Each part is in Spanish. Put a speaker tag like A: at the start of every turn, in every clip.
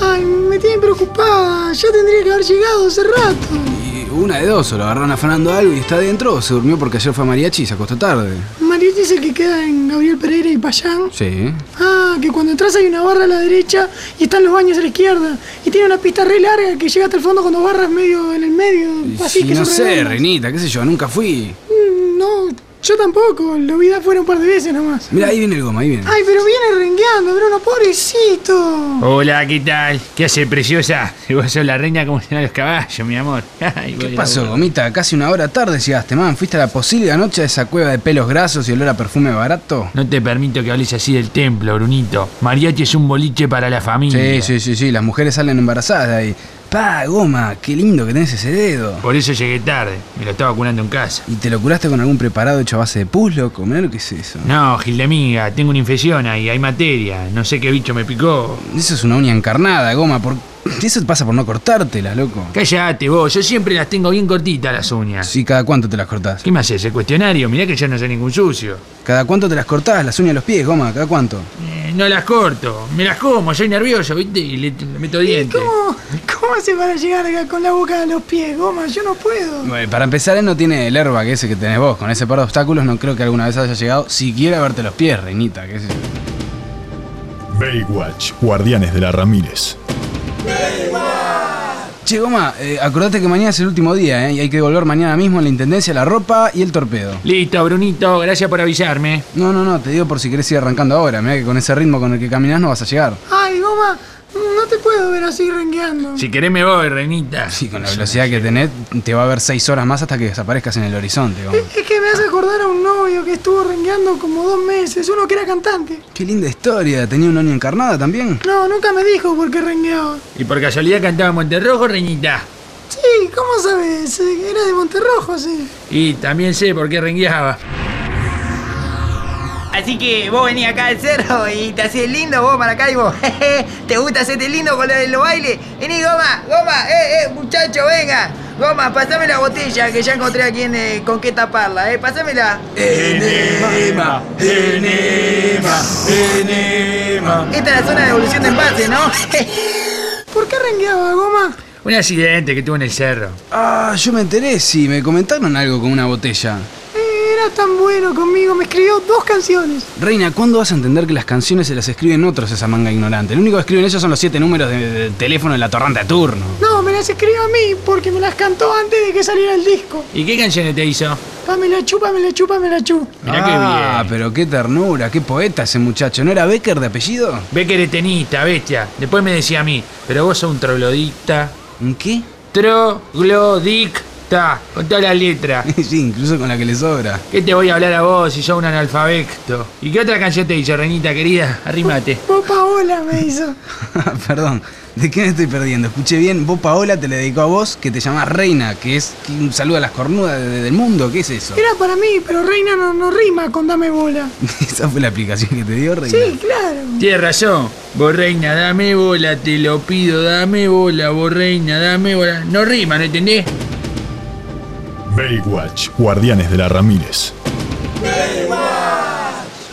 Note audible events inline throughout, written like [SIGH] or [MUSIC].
A: Ay, me tienen preocupada. Ya tendría que haber llegado hace rato.
B: Y una de dos, o lo agarraron afanando algo y está adentro, o se durmió porque ayer fue a mariachi y se acostó tarde.
A: Mariette dice que queda en Gabriel Pereira y Payán.
B: Sí.
A: Ah, que cuando entras hay una barra a la derecha y están los baños a la izquierda. Y tiene una pista re larga que llega hasta el fondo con dos barras medio en el medio.
B: Y
A: Así
B: si
A: que
B: no
A: son
B: sé,
A: redondas.
B: Renita, qué sé yo, nunca fui.
A: Mm, No, yo tampoco. Lo vi afuera un par de veces nomás.
B: Mira, ahí viene el goma, ahí viene.
A: Ay, pero viene rengueando, Bruno, pobrecito.
C: Hola, ¿qué tal? ¿Qué hace, preciosa? [LAUGHS] Y vos sos la reina como se los caballos, mi amor. [LAUGHS] Ay,
B: ¿Qué
C: voy a
B: pasó,
C: laburar.
B: gomita? Casi una hora tarde llegaste, man. ¿Fuiste a la posilga noche a esa cueva de pelos grasos y olor a perfume barato?
C: No te permito que hables así del templo, Brunito. Mariachi es un boliche para la familia.
B: Sí, sí, sí, sí, las mujeres salen embarazadas de ahí. Pa, goma, qué lindo que tenés ese dedo.
C: Por eso llegué tarde. Me lo estaba curando en casa.
B: ¿Y te lo curaste con algún preparado hecho a base de pus, loco? Mirá lo que es eso.
C: No, Gildemiga, tengo una infección ahí, hay materia. No sé qué bicho me picó.
B: Eso es una uña encarnada, goma. Por... Eso te pasa por no cortártela, loco.
C: Cállate vos, yo siempre las tengo bien cortitas las uñas.
B: Sí, cada cuánto te las cortás.
C: ¿Qué me haces? ¿El cuestionario? Mirá que yo no soy ningún sucio.
B: Cada cuánto te las cortás, las uñas de los pies, goma, cada cuánto.
C: Eh, no las corto, me las como, soy nervioso, ¿viste? Y le, le meto
A: ¿Y
C: dientes.
A: ¿Cómo, ¿Cómo hace para llegar acá con la boca a los pies, goma? Yo no puedo.
B: Bueno, para empezar, él no tiene el airbag ese que tenés vos. Con ese par de obstáculos no creo que alguna vez haya llegado siquiera a verte los pies, reinita, qué sé yo.
D: Baywatch, Guardianes de la Ramírez.
B: Che, Goma, eh, acordate que mañana es el último día, ¿eh? Y hay que devolver mañana mismo en la Intendencia la ropa y el torpedo.
C: Listo, Brunito, gracias por avisarme.
B: No, no, no, te digo por si querés ir arrancando ahora. Mirá que con ese ritmo con el que caminás no vas a llegar.
A: Ay, goma, no te puedo ver así rengueando.
C: Si querés me voy, reinita.
B: Sí, con la velocidad que tenés, te va a ver seis horas más hasta que desaparezcas en el horizonte, Goma.
A: Es que me hace acordar a un novio que estuvo rengueando como dos meses, uno que era cantante.
B: Qué linda historia, tenía una oña encarnada también.
A: No, nunca me dijo por qué rengueaba.
C: ¿Y por casualidad cantaba Monterrojo, reinita?
A: Sí, ¿cómo sabes? Eh, Era de Monterrojo, sí.
C: Y también sé por qué rengueaba.
E: Así que vos venís acá al cerro y te hacés lindo vos, [LAUGHS] Maracaibo. ¿Te gusta hacerte lindo con lo de los bailes? Vení, goma, goma, eh, eh, muchacho, venga. Goma, pasame la botella que ya encontré aquí en, eh, con qué taparla, eh, pasámela.
B: Enema, enema, enema.
E: Esta es la zona de evolución de envase, ¿no? [LAUGHS]
A: ¿Por qué rengueaba, goma?
C: Un accidente que tuvo en el cerro.
B: Ah, yo me enteré, sí, me comentaron algo con una botella.
A: Eh, Era tan bueno conmigo, me escribió dos canciones.
B: Reina, ¿cuándo vas a entender que las canciones se las escriben otros esa manga ignorante? Lo único que escriben ellos son los siete números de- del teléfono de la torranta de turno.
A: No, me las escribió a mí porque me las cantó antes de que saliera el disco.
C: ¿Y qué canciones te hizo?
A: Pámela chu, pámela chu, pámela chu.
C: Mirá
B: ah,
C: qué bien.
B: pero qué ternura, qué poeta ese muchacho. ¿No era Becker de apellido?
C: Ve que eres tenista, bestia. Después me decía a mí, pero vos sos un troglodicta.
B: ¿Un qué? [LAUGHS]
C: Troglodicta. Con toda la letra.
B: sí, incluso con la que le sobra. [LAUGHS]
C: ¿Qué te voy a hablar a vos si sos un analfabeto? ¿Y qué otra canción te hizo, reinita querida? Arrímate.
A: Vos Paola me hizo.
B: Perdón, ¿de qué me estoy perdiendo? Escuché bien, vos Paola te le dedicó a vos que te llamás Reina, que es que un saludo a las cornudas de- del mundo, ¿qué es eso?
A: Era para mí, pero Reina no, no rima con dame bola.
B: [LAUGHS] Esa fue la aplicación que te dio, Reina.
A: Sí, claro.
C: Tienes razón. Vos reina, dame bola, te lo pido, dame bola, vos reina, dame bola. No rima, ¿no entendés?
D: Baywatch, Guardianes de la Ramírez.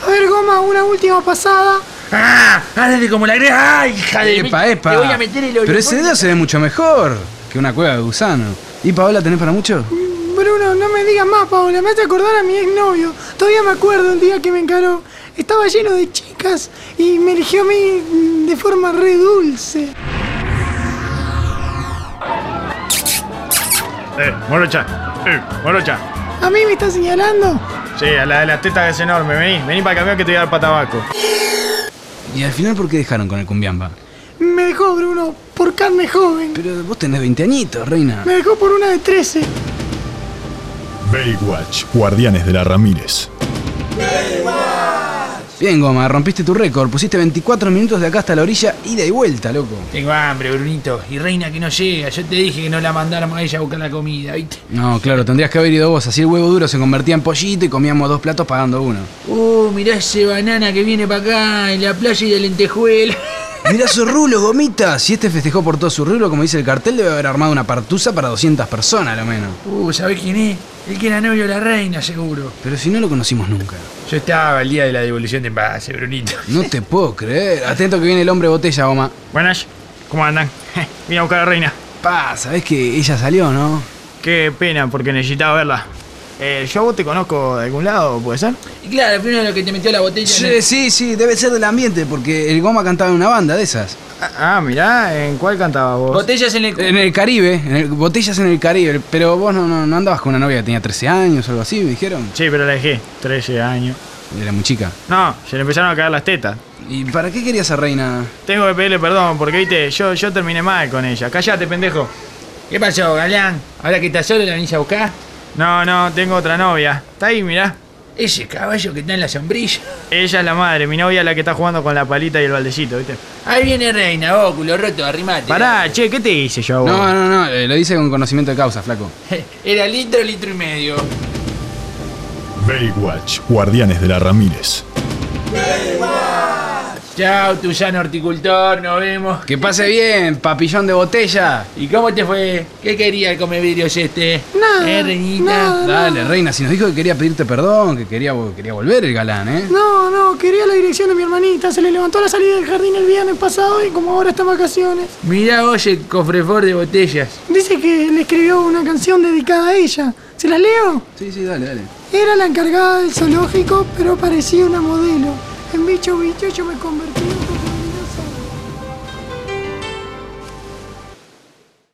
A: A ver, Goma, una última pasada.
C: ¡Ah! ¡Ándate como la greja! ¡Ay, hija de
B: Epa,
C: mi-
B: epa.
C: Te voy a meter el
B: Pero ese dedo se ve mucho mejor que una cueva de gusano. ¿Y Paola tenés para mucho?
A: Bruno, no me digas más, Paola. Me hace acordar a mi exnovio. Todavía me acuerdo el día que me encaró. Estaba lleno de chicas y me eligió a mí mm, de forma re dulce.
F: Eh, morocha, eh, morocha.
A: ¿A mí me está señalando?
F: Sí, a la de las tetas es enorme. Vení, vení para el camión que te voy a dar para tabaco.
B: ¿Y al final por qué dejaron con el cumbiamba?
A: Me dejó, Bruno, por carne joven.
B: Pero vos tenés 20 añitos, Reina.
A: Me dejó por una de 13.
D: Baywatch, Guardianes de la Ramírez.
B: Bien, Goma, rompiste tu récord. Pusiste 24 minutos de acá hasta la orilla, ida y vuelta, loco.
C: Tengo hambre, Brunito. Y reina que no llega. Yo te dije que no la mandáramos a ella a buscar la comida, ¿viste?
B: No, claro, tendrías que haber ido vos. Así el huevo duro se convertía en pollito y comíamos dos platos pagando uno.
C: Uh, mirá ese banana que viene para acá en la playa y de lentejuela. [LAUGHS]
B: Mirá su rulo, Gomita. Si este festejó por todo su rulo, como dice el cartel, debe haber armado una partusa para 200 personas, a lo menos.
C: Uh, ¿sabés quién es? El que era novio de la reina, seguro.
B: Pero si no lo conocimos nunca.
C: Yo estaba el día de la devolución de envase, Brunito.
B: No te puedo creer. Atento que viene el hombre botella, Goma.
F: Buenas. ¿Cómo andan? [LAUGHS] Vine a buscar a la reina.
B: Pa, sabés que ella salió, ¿no?
F: Qué pena, porque necesitaba verla. Eh, yo a vos te conozco de algún lado, ¿puede ser?
C: Y claro, primero que te metió la botella. en
B: Sí,
C: el-
B: sí, sí, debe ser del ambiente, porque el Goma cantaba en una banda de esas.
F: Ah, ah, mirá, ¿en cuál cantabas vos?
C: Botellas en el.
B: En el Caribe, en el- botellas en el Caribe, pero vos no, no, no andabas con una novia que tenía 13 años o algo así, me dijeron.
F: Sí, pero la dejé. 13 años.
B: Era muy chica.
F: No, se le empezaron a caer las tetas.
B: ¿Y para qué querías a Reina?
F: Tengo que pedirle perdón, porque viste, yo, yo terminé mal con ella. Callate, pendejo.
C: ¿Qué pasó, Galán? Ahora que estás solo, la venís a buscar.
F: No, no, tengo otra novia. Está ahí, mirá.
C: Ese caballo que está en la sombrilla.
F: Ella es la madre, mi novia es la que está jugando con la palita y el baldecito, ¿viste?
C: Ahí viene Reina, vos, culo roto, arrimate.
F: Pará, che, ¿qué te hice yo a vos?
B: No, no, no, eh, lo dice con conocimiento de causa, flaco.
C: [LAUGHS] Era litro, litro y medio.
D: Baywatch. Guardianes de la Ramírez.
C: Chao, Tuyano horticultor, nos vemos.
B: Que pase bien, papillón de botella.
C: ¿Y cómo te fue? ¿Qué quería el comevidrios este?
A: Nada,
C: ¿Eh, Reinita?
A: nada.
B: Dale, Reina, si nos dijo que quería pedirte perdón, que quería, vo- quería volver el galán, ¿eh?
A: No, no, quería la dirección de mi hermanita. Se le levantó la salida del jardín el viernes pasado y como ahora está en vacaciones.
C: Mirá vos el cofrefor de botellas.
A: Dice que le escribió una canción dedicada a ella. ¿Se las leo?
B: Sí, sí, dale, dale.
A: Era la encargada del zoológico, pero parecía una modelo. En bicho bicho yo me convertí.